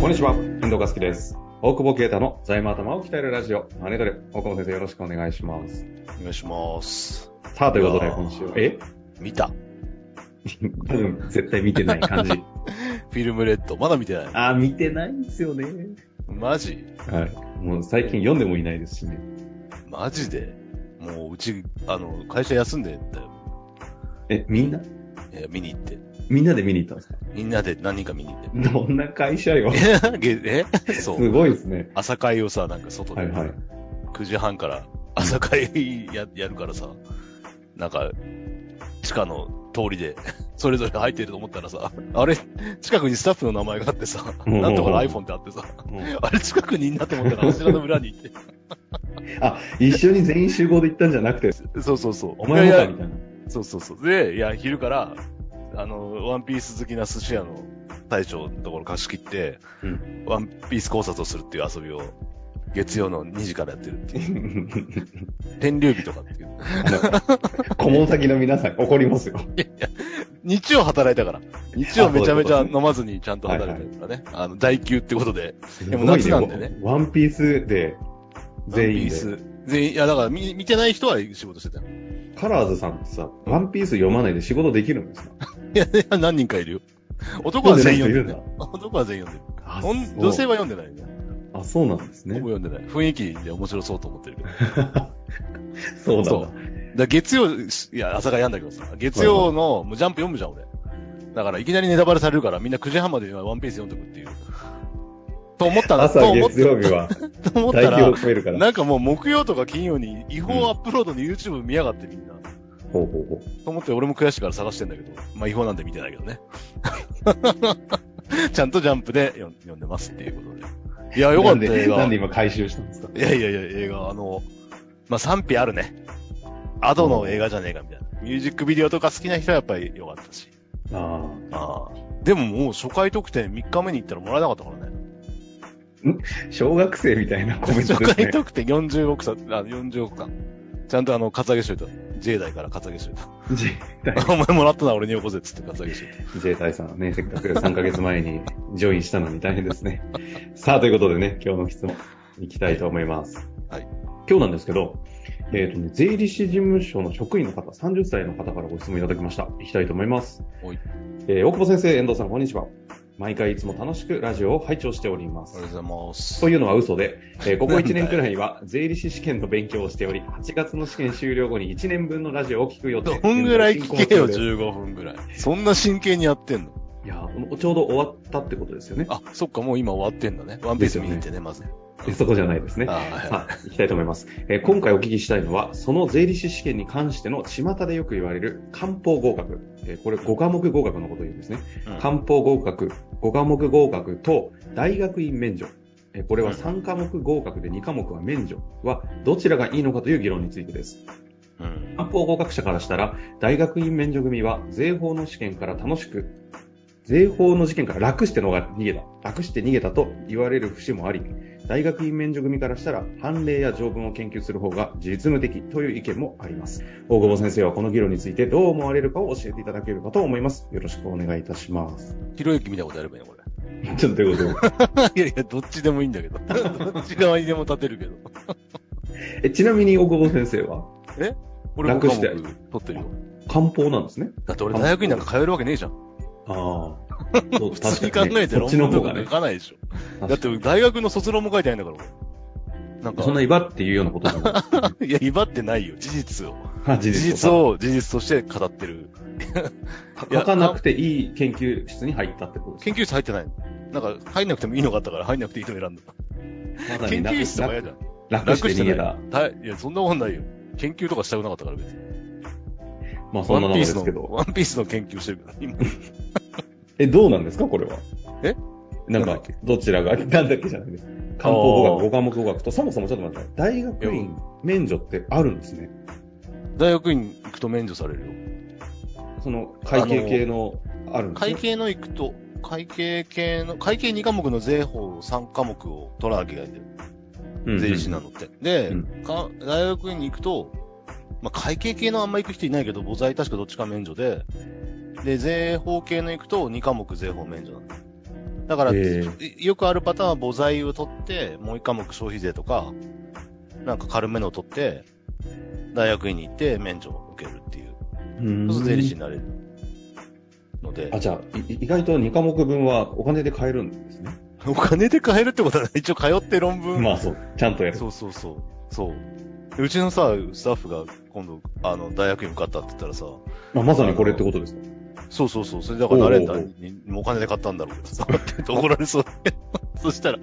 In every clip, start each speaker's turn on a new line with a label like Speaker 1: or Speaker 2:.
Speaker 1: こんにちは、遠藤和樹です。大久保啓太の財務頭を鍛えるラジオ、マネトレ。大久保先生、よろしくお願いします。
Speaker 2: お願いします。
Speaker 1: さあ、ということ
Speaker 2: い
Speaker 1: で、
Speaker 2: やー
Speaker 1: 今週は、え
Speaker 2: 見た。フ
Speaker 1: 多分、絶対見てない感じ。
Speaker 2: ィルムレッド。まだ見てない。
Speaker 1: あー、見てないんですよね。
Speaker 2: マジ
Speaker 1: はい。もう最近読んでもいないですしね。
Speaker 2: マジでもううち、あの、会社休んでんだよ。
Speaker 1: え、みんない
Speaker 2: や見に行って。
Speaker 1: みんなで見に行ったんですか
Speaker 2: みんなで何人か見に行って。
Speaker 1: どんな会社よ。
Speaker 2: ええそ
Speaker 1: す
Speaker 2: う。
Speaker 1: ごいですね。
Speaker 2: 朝会をさ、なんか外で、
Speaker 1: はいはい。
Speaker 2: 9時半から朝会ややるからさ、なんか、地下の通りで、それぞれ入ってると思ったらさ、あれ、近くにスタッフの名前があってさ、
Speaker 1: うん
Speaker 2: なんとかの iPhone ってあってさ、
Speaker 1: うん
Speaker 2: あれ近くにいんなと思ったら柱の裏に行って。
Speaker 1: あ、一緒に全員集合で行ったんじゃなくて、
Speaker 2: そうそうそう。
Speaker 1: お前も
Speaker 2: いやい
Speaker 1: か
Speaker 2: や
Speaker 1: みたいな。
Speaker 2: そうそうそう。で、いや、昼から、あの、ワンピース好きな寿司屋の大将のところ貸し切って、
Speaker 1: う
Speaker 2: ワンピース考察をするっていう遊びを、月曜の2時からやってるっていう。天竜日とかっていう。
Speaker 1: 顧問先の皆さん、怒りますよ。
Speaker 2: 日曜働いたから。日曜めちゃめち
Speaker 1: あそう
Speaker 2: ゃ
Speaker 1: いうことね
Speaker 2: 飲まずにちゃんと働いてるからね。あの、代休ってことで。で
Speaker 1: す
Speaker 2: も
Speaker 1: ごい
Speaker 2: 夏なんでね。
Speaker 1: ワンピースで、全員
Speaker 2: ワンピ
Speaker 1: で。
Speaker 2: ース。全員、いや、だから見見てない人は仕事してたよ。
Speaker 1: カラーズさんってさ、ワンピース読まないで仕事できるんですか
Speaker 2: いや、いや何人かいるよ。 男は全員読んでる、ね。
Speaker 1: 読んでない人い
Speaker 2: 男は全員読んでる。
Speaker 1: あ
Speaker 2: ほん女性は読んでないね。
Speaker 1: あ、そうなんですね
Speaker 2: ほ。ぼ読んでない。雰囲気で面白そうと思ってるけど。
Speaker 1: そうなんだ。
Speaker 2: そうだ月曜、しいや、朝がやんだけどさ、月曜の、もうジャンプ読むじゃん、俺。だから、いきなりネタバレされるから、みんな9時半までワンピース読んでくっていう。と思ったんだ、
Speaker 1: 朝
Speaker 2: と思っ
Speaker 1: 月曜日は、
Speaker 2: たと思った
Speaker 1: 代表を
Speaker 2: ら、
Speaker 1: 決めるから。
Speaker 2: なんかもう木曜とか金曜に違法アップロードの YouTube 見やがってみんな。
Speaker 1: ほうほうほ
Speaker 2: と思って俺も悔しいから探してんだけど、まあ違法なんで見てないけどね。 ちゃんとジャンプで読ん読んでますっていうことで。いや、
Speaker 1: う。
Speaker 2: よかっ
Speaker 1: な
Speaker 2: た
Speaker 1: んで
Speaker 2: 映
Speaker 1: な
Speaker 2: 画。
Speaker 1: んで
Speaker 2: い
Speaker 1: 今回収したんですか
Speaker 2: やいやいや、映画、あの、まあ賛否あるね。アドの映画じゃねえかみたいな。ミュージックビデオとか好きな人はやっぱり良かったし。
Speaker 1: あ
Speaker 2: ああ。でももう初回特典3日目に行ったらもらえなかったからね。
Speaker 1: あ。小学生みたいなコメント
Speaker 2: 初
Speaker 1: です
Speaker 2: 回
Speaker 1: ね。
Speaker 2: 特典46冊、あ40億巻。ちゃんとあの、カツアゲしといた。J 代からカツアゲしといた。
Speaker 1: 自衛隊
Speaker 2: お前もらったな、俺によこせっつってカツアゲしといた。
Speaker 1: 自衛隊さんね、せっかく3ヶ月前にジョインしたのに大変ですね。さあ、ということでね、今日の質問いきたいと思います。
Speaker 2: はい。
Speaker 1: 今日なんですけど、えっ、とね、税理士事務所の職員の方、30歳の方からご質問いただきました。いきたいと思います。
Speaker 2: はい。
Speaker 1: えー大久保先生、遠藤さん、こんにちは。毎回いつも楽しくラジオを拝聴しております
Speaker 2: あり。がとうございます。
Speaker 1: というのは嘘で、えーここ1年くらいは税理士試験の勉強をしており、8月の試験終了後に1年分のラジオを聞く予定。
Speaker 2: どんぐらい聞けよ、
Speaker 1: 現在進行中です
Speaker 2: 15分ぐらい。そんな真剣にやってんの
Speaker 1: いや、ちょうど終わったってことですよね。
Speaker 2: あ、そっか、もう今終わってんだね。ワンピース見に行ってね、まずね。
Speaker 1: えそこじゃないですね。
Speaker 2: あーはい
Speaker 1: さあ、行きたいと思います。えー今回お聞きしたいのは、その税理士試験に関しての巷でよく言われる漢方合格。えーこれ5科目合格のことを言うんですね。
Speaker 2: うん
Speaker 1: 漢方合格、5科目合格と大学院免除。えーこれは3科目合格で2科目は免除はどちらがいいのかという議論についてです。
Speaker 2: うん
Speaker 1: 漢方合格者からしたら、大学院免除組は税法の試験から楽しく、税法の事件から楽してのが逃げた、楽して逃げたと言われる節もあり、大学院免除組からしたら判例や条文を研究する方が実務的という意見もあります。大久保先生はこの議論についてどう思われるかを教えていただければと思います。よろしくお願いいたします。
Speaker 2: ひろゆき見たことあればいいの、これ。
Speaker 1: ちょっとという ことで
Speaker 2: いやいや、どっちでもいいんだけど。どっち側にでも立てるけど。
Speaker 1: えちなみに大久保先生は
Speaker 2: 俺も
Speaker 1: 楽して
Speaker 2: 科目取ってるよ。
Speaker 1: 漢方なんですね。
Speaker 2: だって俺大学院なんか通えるわけねえじゃん。
Speaker 1: ああ。そう
Speaker 2: 普通に考えて
Speaker 1: そっ
Speaker 2: 論
Speaker 1: ちの
Speaker 2: 文
Speaker 1: 方が
Speaker 2: とか
Speaker 1: ね
Speaker 2: 書。かないでしょ。だっ
Speaker 1: 確か
Speaker 2: て大学の卒論も書いてないんだから、俺。なん
Speaker 1: にそんな
Speaker 2: か、
Speaker 1: 威張っていうようなことじゃない
Speaker 2: いや、威張ってないよ、事実を。
Speaker 1: あ事
Speaker 2: 事実を事実として語ってる。
Speaker 1: か
Speaker 2: いや
Speaker 1: 書かなくていい研究室に入ったってことです
Speaker 2: 研究室入ってないのなんか、入んなくてもいいのがあったから、入んなくていいの選んだ。
Speaker 1: まさ
Speaker 2: 研
Speaker 1: に楽
Speaker 2: 究室とか嫌じゃん。
Speaker 1: 楽して逃げた。
Speaker 2: たいや、そんなことないよ。研究とかしたくなかったから別に。
Speaker 1: まあそ
Speaker 2: ワ
Speaker 1: んな
Speaker 2: ン
Speaker 1: 中
Speaker 2: ピー
Speaker 1: で
Speaker 2: ス
Speaker 1: すけ
Speaker 2: の、
Speaker 1: ど。
Speaker 2: ワンピースの研究してるから、今。
Speaker 1: え、どうなんですかこれは。
Speaker 2: え
Speaker 1: なん
Speaker 2: なんだ
Speaker 1: か
Speaker 2: っけ、
Speaker 1: どちらが、なん だっけじゃないです。漢方語学、語科目語学と、そもそもちょっと待ってください、大学院免除ってあるんですね。
Speaker 2: 大学院行くと免除されるよ。
Speaker 1: その、会計系の、あるんですね
Speaker 2: 会計の行くと、会計系の、会計2科目の税法3科目を取らなきゃいけないんだ
Speaker 1: うんう
Speaker 2: よ。
Speaker 1: ん
Speaker 2: 税理士なのって。で、
Speaker 1: う
Speaker 2: か大学院に行くと、まあ、会計系のあんま行く人いないけど、母材確かどっちか免除で、で、税法系の行くと2科目税法免除なんだよだから、
Speaker 1: え
Speaker 2: いよくあるパターンは母材を取って、もう一科目消費税とか、なんか軽めのを取って、大学院に行って免除を受けるっていう。
Speaker 1: うん
Speaker 2: そうすると税理士になれる。ので
Speaker 1: あ、、じゃあ、い意外と2科目分はお金で買えるんですね。
Speaker 2: お金で買えるってことは、一応通って論文。
Speaker 1: まあそう、ちゃんとやる。
Speaker 2: そうそうそう。そう。でうちのさ、スタッフが今度、あの、大学院受かったって言ったらさ、
Speaker 1: まあ、まさにこれってことですか。
Speaker 2: そうそうそう、それだから慣れた
Speaker 1: おうおう
Speaker 2: に、お金で買ったんだろうけどさ、って言って怒られそう。 そしたら、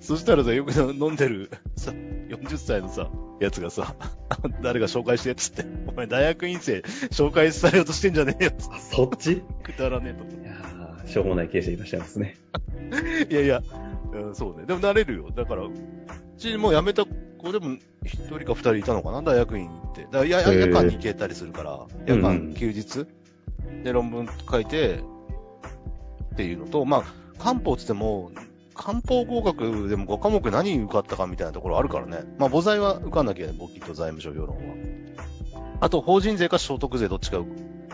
Speaker 2: そしたらさ、よく飲んでるさ、40歳のさ、やつがさ、 誰が紹介してっつって、お前大学院生紹介されようとしてんじゃねえよっつっ
Speaker 1: そっち
Speaker 2: て、くだらねえと。
Speaker 1: いやー しょうもない経営者いらっしゃいますね。
Speaker 2: いやいや、うん、そうね。でも慣れるよ。だから、うちもう辞めた子でも一人か二人いたのかな、大学院に行って。だからやや
Speaker 1: へー
Speaker 2: 夜間に行けたりするから、夜
Speaker 1: う
Speaker 2: 間
Speaker 1: ん、
Speaker 2: 休日で論文書いて、っていうのと、まあ、漢方って言っても、漢方合格でも5科目何受かったかみたいなところあるからね。まあ、母材は受かんなきゃね、簿記と財務諸評論は。あと、法人税か所得税どっちか受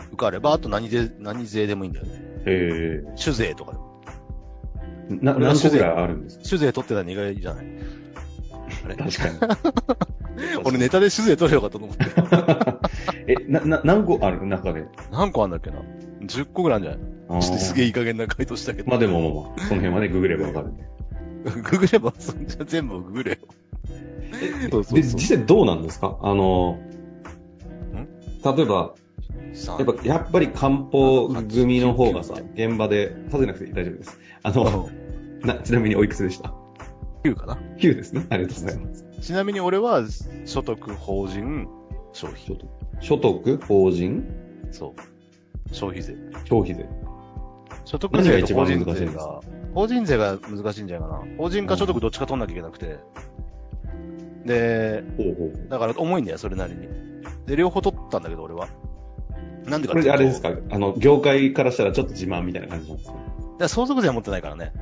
Speaker 2: 受かれば、あと何税、何税でもいいんだよね。
Speaker 1: え
Speaker 2: 酒税とかでも
Speaker 1: えな、何個ぐらいあるんです
Speaker 2: 酒税取ってたら苦いじゃない。あれ
Speaker 1: か 確か
Speaker 2: 俺ネタで酒税取れよかったと 思って。
Speaker 1: に。え、な、な、何個ある中で。
Speaker 2: 何個あんだっけな ?10 個ぐらいあるんじゃない
Speaker 1: あー
Speaker 2: ちょっとすげえいい加減な回答したけど。
Speaker 1: まあで。も、まあまあ、その辺はね、ググればわかるんで。
Speaker 2: ググれば、そんじゃ全部ググれよ。そうそう
Speaker 1: で、
Speaker 2: そう。
Speaker 1: 実際どうなんですかあの、例えば、
Speaker 2: さ
Speaker 1: やっぱ、やっぱり漢方組の方がさ、現場で、数えなくて大丈夫です。あの、な、ちなみにおいくつでした
Speaker 2: 9かな。
Speaker 1: ?9 ですね。ありがとうございます。
Speaker 2: ちなみに俺は、所得、法人、消費。
Speaker 1: 所得、所得法人、
Speaker 2: そう。消費税。
Speaker 1: 消費税。
Speaker 2: 所得税と法
Speaker 1: 何が一番
Speaker 2: 人
Speaker 1: 難しい
Speaker 2: 税
Speaker 1: んです
Speaker 2: が、法人税が難しいんじゃないかな。法人か所得どっちか取んなきゃいけなくて。で、
Speaker 1: ほうほうほう
Speaker 2: だから重いんだよ、それなりに。で、両方取ったんだけど、俺は。なんでか
Speaker 1: こ
Speaker 2: ってい
Speaker 1: れあ
Speaker 2: うと
Speaker 1: れですかあの、業界からしたらちょっと自慢みたいな感じなんですか
Speaker 2: だから相続税は持ってないからね。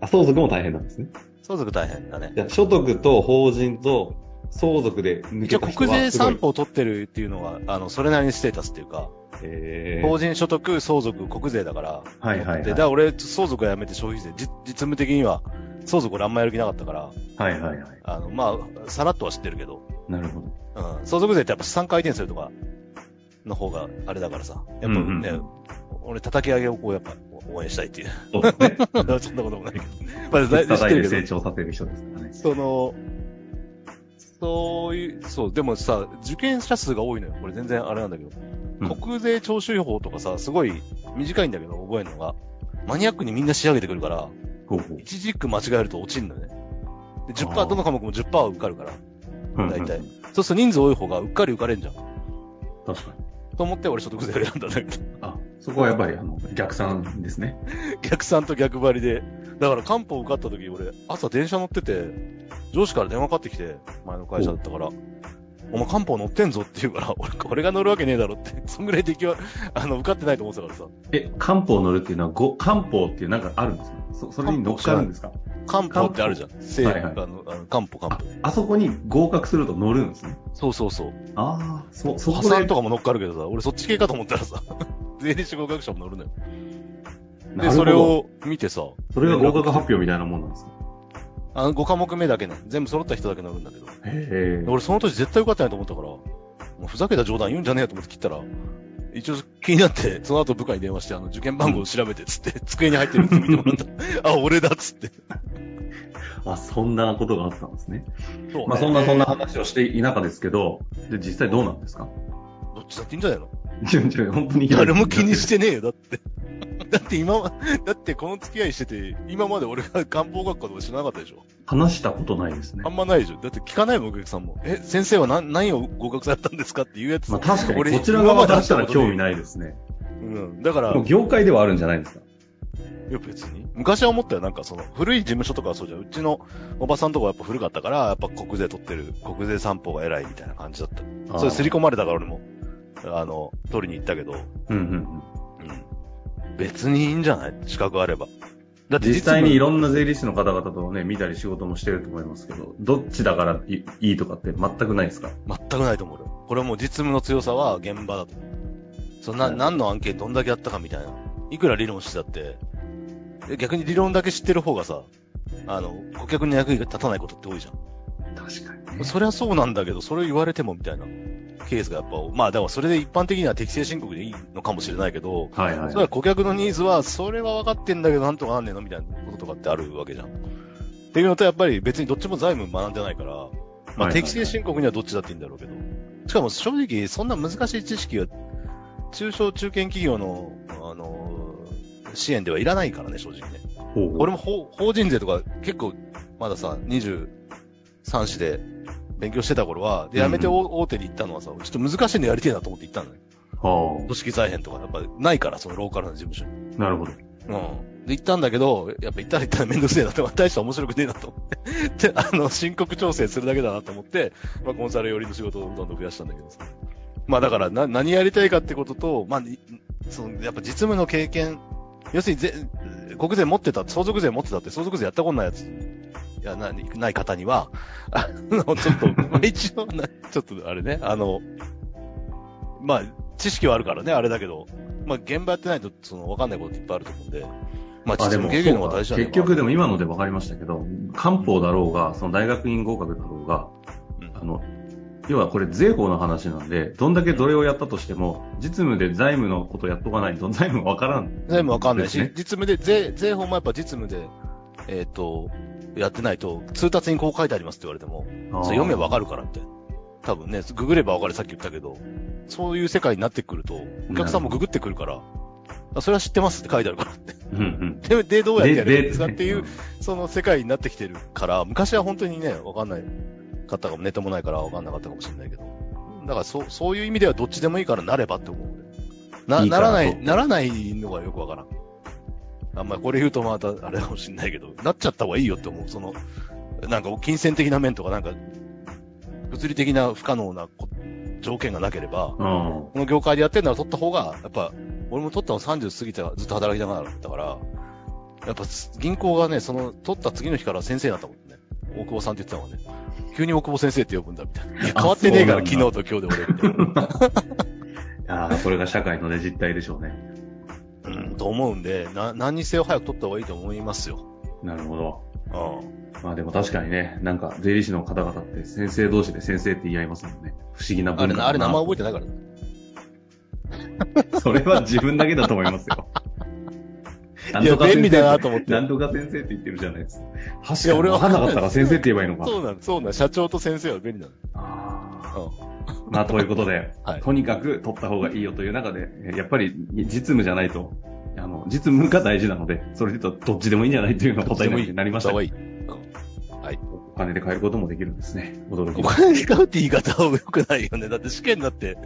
Speaker 1: あ、相続も大変なんですね。
Speaker 2: 相続大変だね。
Speaker 1: じゃあ所得と法人と相続で抜
Speaker 2: 一
Speaker 1: け
Speaker 2: 応
Speaker 1: た人は
Speaker 2: 国税
Speaker 1: すごい
Speaker 2: 三法を取ってるっていうのは、あの、それなりにステータスっていうか、
Speaker 1: えー
Speaker 2: 法人所得、相続、国税だから、
Speaker 1: はいはいはい
Speaker 2: で、だから俺、相続はやめて消費税、じ実務的には、相続俺あんまやる気なかったから、
Speaker 1: はいはいはい。
Speaker 2: あの、まあ、さらっとは知ってるけど、
Speaker 1: なるほど。
Speaker 2: うん、相続税ってやっぱ資産回転するとか、の方があれだからさ、やっぱね、
Speaker 1: うんうん
Speaker 2: 俺叩き上げをこう、やっぱ、応援したいっていう。
Speaker 1: そうですね。
Speaker 2: そんなこともないけど。まあ、だい知ってるけど。
Speaker 1: 長させる人ですからね。
Speaker 2: その、そういう、そう、でもさ、受験者数が多いのよ。これ全然あれなんだけど。
Speaker 1: うん
Speaker 2: 国税徴収法とかさ、すごい短いんだけど、覚えるのが。マニアックにみんな仕上げてくるから、
Speaker 1: ほうほう。
Speaker 2: 一軸間違えると落ちんのよね。で、
Speaker 1: あ
Speaker 2: 10%、
Speaker 1: ー
Speaker 2: どの科目も10%は受かるから、
Speaker 1: うん
Speaker 2: 大体
Speaker 1: うん。
Speaker 2: そうすると人数多い方がうっかり受かれんじゃん。
Speaker 1: 確かに。
Speaker 2: と思って俺所得税を選んだんだけど。
Speaker 1: あ、そこはやっぱり、あの、逆算ですね。
Speaker 2: 逆算と逆張りで。だから漢方受かった時俺、朝電車乗ってて、上司から電話かかってきて、前の会社だったから、お前漢方乗ってんぞって言うから、 俺、俺が乗るわけねえだろって、そんぐらい出来は、あの、受かってないと思ってたからさ、
Speaker 3: え、漢方乗るっていうのは、ご漢方っていうなんかあるんですかそそれに乗っかるんですか
Speaker 2: 漢方ってあるじゃん。西
Speaker 3: はいはい
Speaker 2: あの、あの漢方漢
Speaker 3: あ
Speaker 2: 方。
Speaker 3: あそこに合格すると乗るんですね。
Speaker 2: そうそうそう。
Speaker 3: ああ、そ、そ
Speaker 2: 破
Speaker 3: こ
Speaker 2: 産
Speaker 3: で。
Speaker 2: とかも乗っかるけどさ、俺そっち系かと思ったらさ、 税理士合格者も乗るのよ。
Speaker 3: なるほ
Speaker 2: で、
Speaker 3: ど
Speaker 2: それ。を見てさ、
Speaker 3: それが合格発表みたいなもんなんですか
Speaker 2: あの、5科目目だけね、全部揃った人だけ乗るんだけど。
Speaker 3: へ
Speaker 2: で俺その時絶対受かってないと思ったから、もうふざけた冗談言うんじゃねえよと思って切ったら、一応気になって、その後部下に電話して、あの、受験番号を調べて、つって、机に入ってるって見てもらった ら、あ、俺だ、つって。
Speaker 3: え。あ、そんなことがあったんですね。
Speaker 2: そうね
Speaker 3: まあそんなそんな話をしていなかですけど、で、実際どうなんですか
Speaker 2: どっちだっていいんじゃないの
Speaker 3: ちょちょ本当に。
Speaker 2: 誰も気にしててねえよ、だって。 だって今ま、だってこの付き合いしてて、今まで俺が願望学科とか知らなかったでしょ
Speaker 3: 話したことないですね
Speaker 2: あ。んまないでしょだって聞かないもん、お客さんも。え、先生は何、何を合格されたんですかっていうやつ。
Speaker 3: まあ確か
Speaker 2: 俺
Speaker 3: に、こちら側だったら興味ないですね。
Speaker 2: うん。だから
Speaker 1: でも、業界ではあるんじゃないですか
Speaker 2: いや別に。昔は思ったよ。なんかその、古い事務所とかはそうじゃん。うちのおばさんとかはやっぱ古かったから、やっぱ国税取ってる、国税三法が偉いみたいな感じだった。それ刷り込まれたから俺も、あの、取りに行ったけど、う
Speaker 3: うんうんうん。
Speaker 2: ん。別にいいんじゃない資格あれば。だって
Speaker 3: 実際にい
Speaker 2: 実務
Speaker 3: ろんな税理士の方々とね、見たり仕事もしてると思いますけど、どっちだからいいいとかって全くないですか
Speaker 2: 全くないと思うよ。これはもう実務の強さは現場だと思う。そんな、
Speaker 3: うん
Speaker 2: 何の案件どんだけあったかみたいな。いくら理論してたって、逆に理論だけ知ってる方がさ、あの、顧客の役に立たないことって多いじゃん。
Speaker 1: 確かに。
Speaker 2: そりゃそうなんだけど、それを言われてもみたいなケースがやっぱ、まあだからそれで一般的には適正申告でいいのかもしれないけど、
Speaker 1: はいはい
Speaker 2: それ。は顧客のニーズは、それは分かってんだけどなんとかなんねえのみたいなこととかってあるわけじゃん。っていうのとやっぱり別にどっちも財務学んでないから、ま
Speaker 1: は
Speaker 2: あ
Speaker 1: い
Speaker 2: 適正申告にはどっちだっていいんだろうけど。しかも正直そんな難しい知識は、中小中堅企業の、あの、支援ではいらないからね、正直ね。
Speaker 1: ほうほう
Speaker 2: 俺も法法人税とか結構まださ、23市で勉強してた頃は、で、やめて大,、大手に行ったのはさ、ちょっと難しいのやりてえなと思って行ったのね。
Speaker 1: は
Speaker 2: 組織財編とか、やっぱないから、そのローカルな事務所に。
Speaker 1: あ、なるほど。
Speaker 2: うん。で、行ったんだけど、やっぱ行ったら行ったらめんどくせえなと、大した面白くねえなと思 って。で、あの、申告調整するだけだなと思って、まあ、コンサル寄りの仕事をどんどん増やしたんだけどさ。まあ、だから、な、何やりたいかってことと、まあ、にその、やっぱ実務の経験、要するにぜ、国税持ってた、相続税持ってたって、相続税やったことないやつ、いや、な、ない方には、あの、ちょっと、 まあ一応な、ちょっと、あれね、あの、まあ、知識はあるからね、あれだけど、まあ、現場やってないと、その、わかんないことっていっぱいあると思うんで、まあ、
Speaker 1: あ、
Speaker 2: 実
Speaker 1: で
Speaker 2: 務
Speaker 1: も、
Speaker 2: 経験の方が大事
Speaker 1: そ
Speaker 2: だ
Speaker 1: うか結
Speaker 2: ね
Speaker 1: 局でも今ので分かりましたけど、官報だろうが、その大学院合格だろうが、
Speaker 2: うん
Speaker 1: あの、要はこれ税法の話なんで、どんだけどれをやったとしても、実務で財務のことやっとかないと財務分からん。
Speaker 2: 全部わかんないし、
Speaker 1: ですね
Speaker 2: 実務で、税、税法もやっぱ実務で、えっ、と、やってないと、通達にこう書いてありますって言われても、
Speaker 1: あー
Speaker 2: それ読めばわかるからって。多分ね、ググればわかる、さっき言ったけど、そういう世界になってくると、お客さんもググってくるから、あそれは知ってますって書いてあるから って。
Speaker 1: うんうん。
Speaker 2: で、でどうやってやるんですか
Speaker 1: で
Speaker 2: っていう、その世界になってきてるから、昔は本当にね、わかんないかったかも、ネタもないからわかんなかったかもしれないけど。だから、そう、そういう意味ではどっちでもいいからなればって思う。な、
Speaker 1: いいか
Speaker 2: な
Speaker 1: ら
Speaker 2: らない、
Speaker 1: と
Speaker 2: ならないのがよくわからん。あんまりこれ言うとまたあれかもしれないけど、なっちゃった方がいいよって思う。その、なんか金銭的な面とかなんか、物理的な不可能なこ条件がなければ、
Speaker 1: うん。
Speaker 2: この業界でやってるなら取った方が、やっぱ、俺も取ったの30過ぎてずっと働きながらだったから、やっぱ銀行がね、その、取った次の日から先生になったもんね。大久保さんって言ってたもんね。急に大久保先生って呼ぶんだ、みたいな。いや変わってねえから、
Speaker 1: あ
Speaker 2: 昨
Speaker 1: そう
Speaker 2: 日
Speaker 1: な
Speaker 2: と今日で俺、みたいな。
Speaker 1: ああ、それが社会のね、実態でしょうね。
Speaker 2: うん、と思うんで、な、何にせよ早く取った方がいいと思いますよ。
Speaker 1: なるほど。
Speaker 2: うん。
Speaker 1: まあでも確かにね、なんか税理士の方々って先生同士で先生って言い合いますもんね。不思議な
Speaker 2: あ
Speaker 1: 文化
Speaker 2: れ、
Speaker 1: だな
Speaker 2: あれ名前覚えてないから。
Speaker 1: それは自分だけだと思いますよ。ない
Speaker 2: や、便利だなと
Speaker 1: 思
Speaker 2: 思って。
Speaker 1: なんとか先生って言ってるじゃないですか。確
Speaker 2: いや俺は
Speaker 1: 分かんなかったら先生って言えばいいのか。
Speaker 2: そうなの、そうなの。社長と先生は便利な
Speaker 1: あ
Speaker 2: の。
Speaker 1: ーまあ、ということで、
Speaker 2: はい
Speaker 1: とにかく取った方がいいよという中で、えやっぱり実務じゃないと、あの、実務が大事なので、それで言うとどっちでもいいんじゃないというよう
Speaker 2: うん。
Speaker 1: な答えになりました。
Speaker 2: どっ
Speaker 1: お
Speaker 2: ちでもいい。うん
Speaker 1: 金で買えることもできるんですね。驚き
Speaker 2: お
Speaker 1: ま
Speaker 2: 金に買うって言い方は良くないよね。だって試験だって、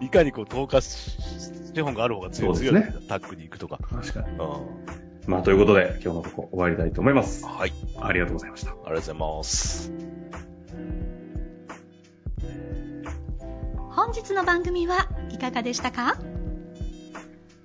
Speaker 2: いかにこう、投下し資本がある方が強い
Speaker 1: そう
Speaker 2: 強
Speaker 1: で
Speaker 2: い
Speaker 1: すね
Speaker 2: よねタックに行くとか。
Speaker 1: す。確かに。
Speaker 2: うん。
Speaker 1: まあ、ということで、今日のとこ終わりたいと思います。
Speaker 2: はい。あり
Speaker 1: ありがとうございました。
Speaker 2: がとうございます。
Speaker 4: 本日の番組はいかがでしたか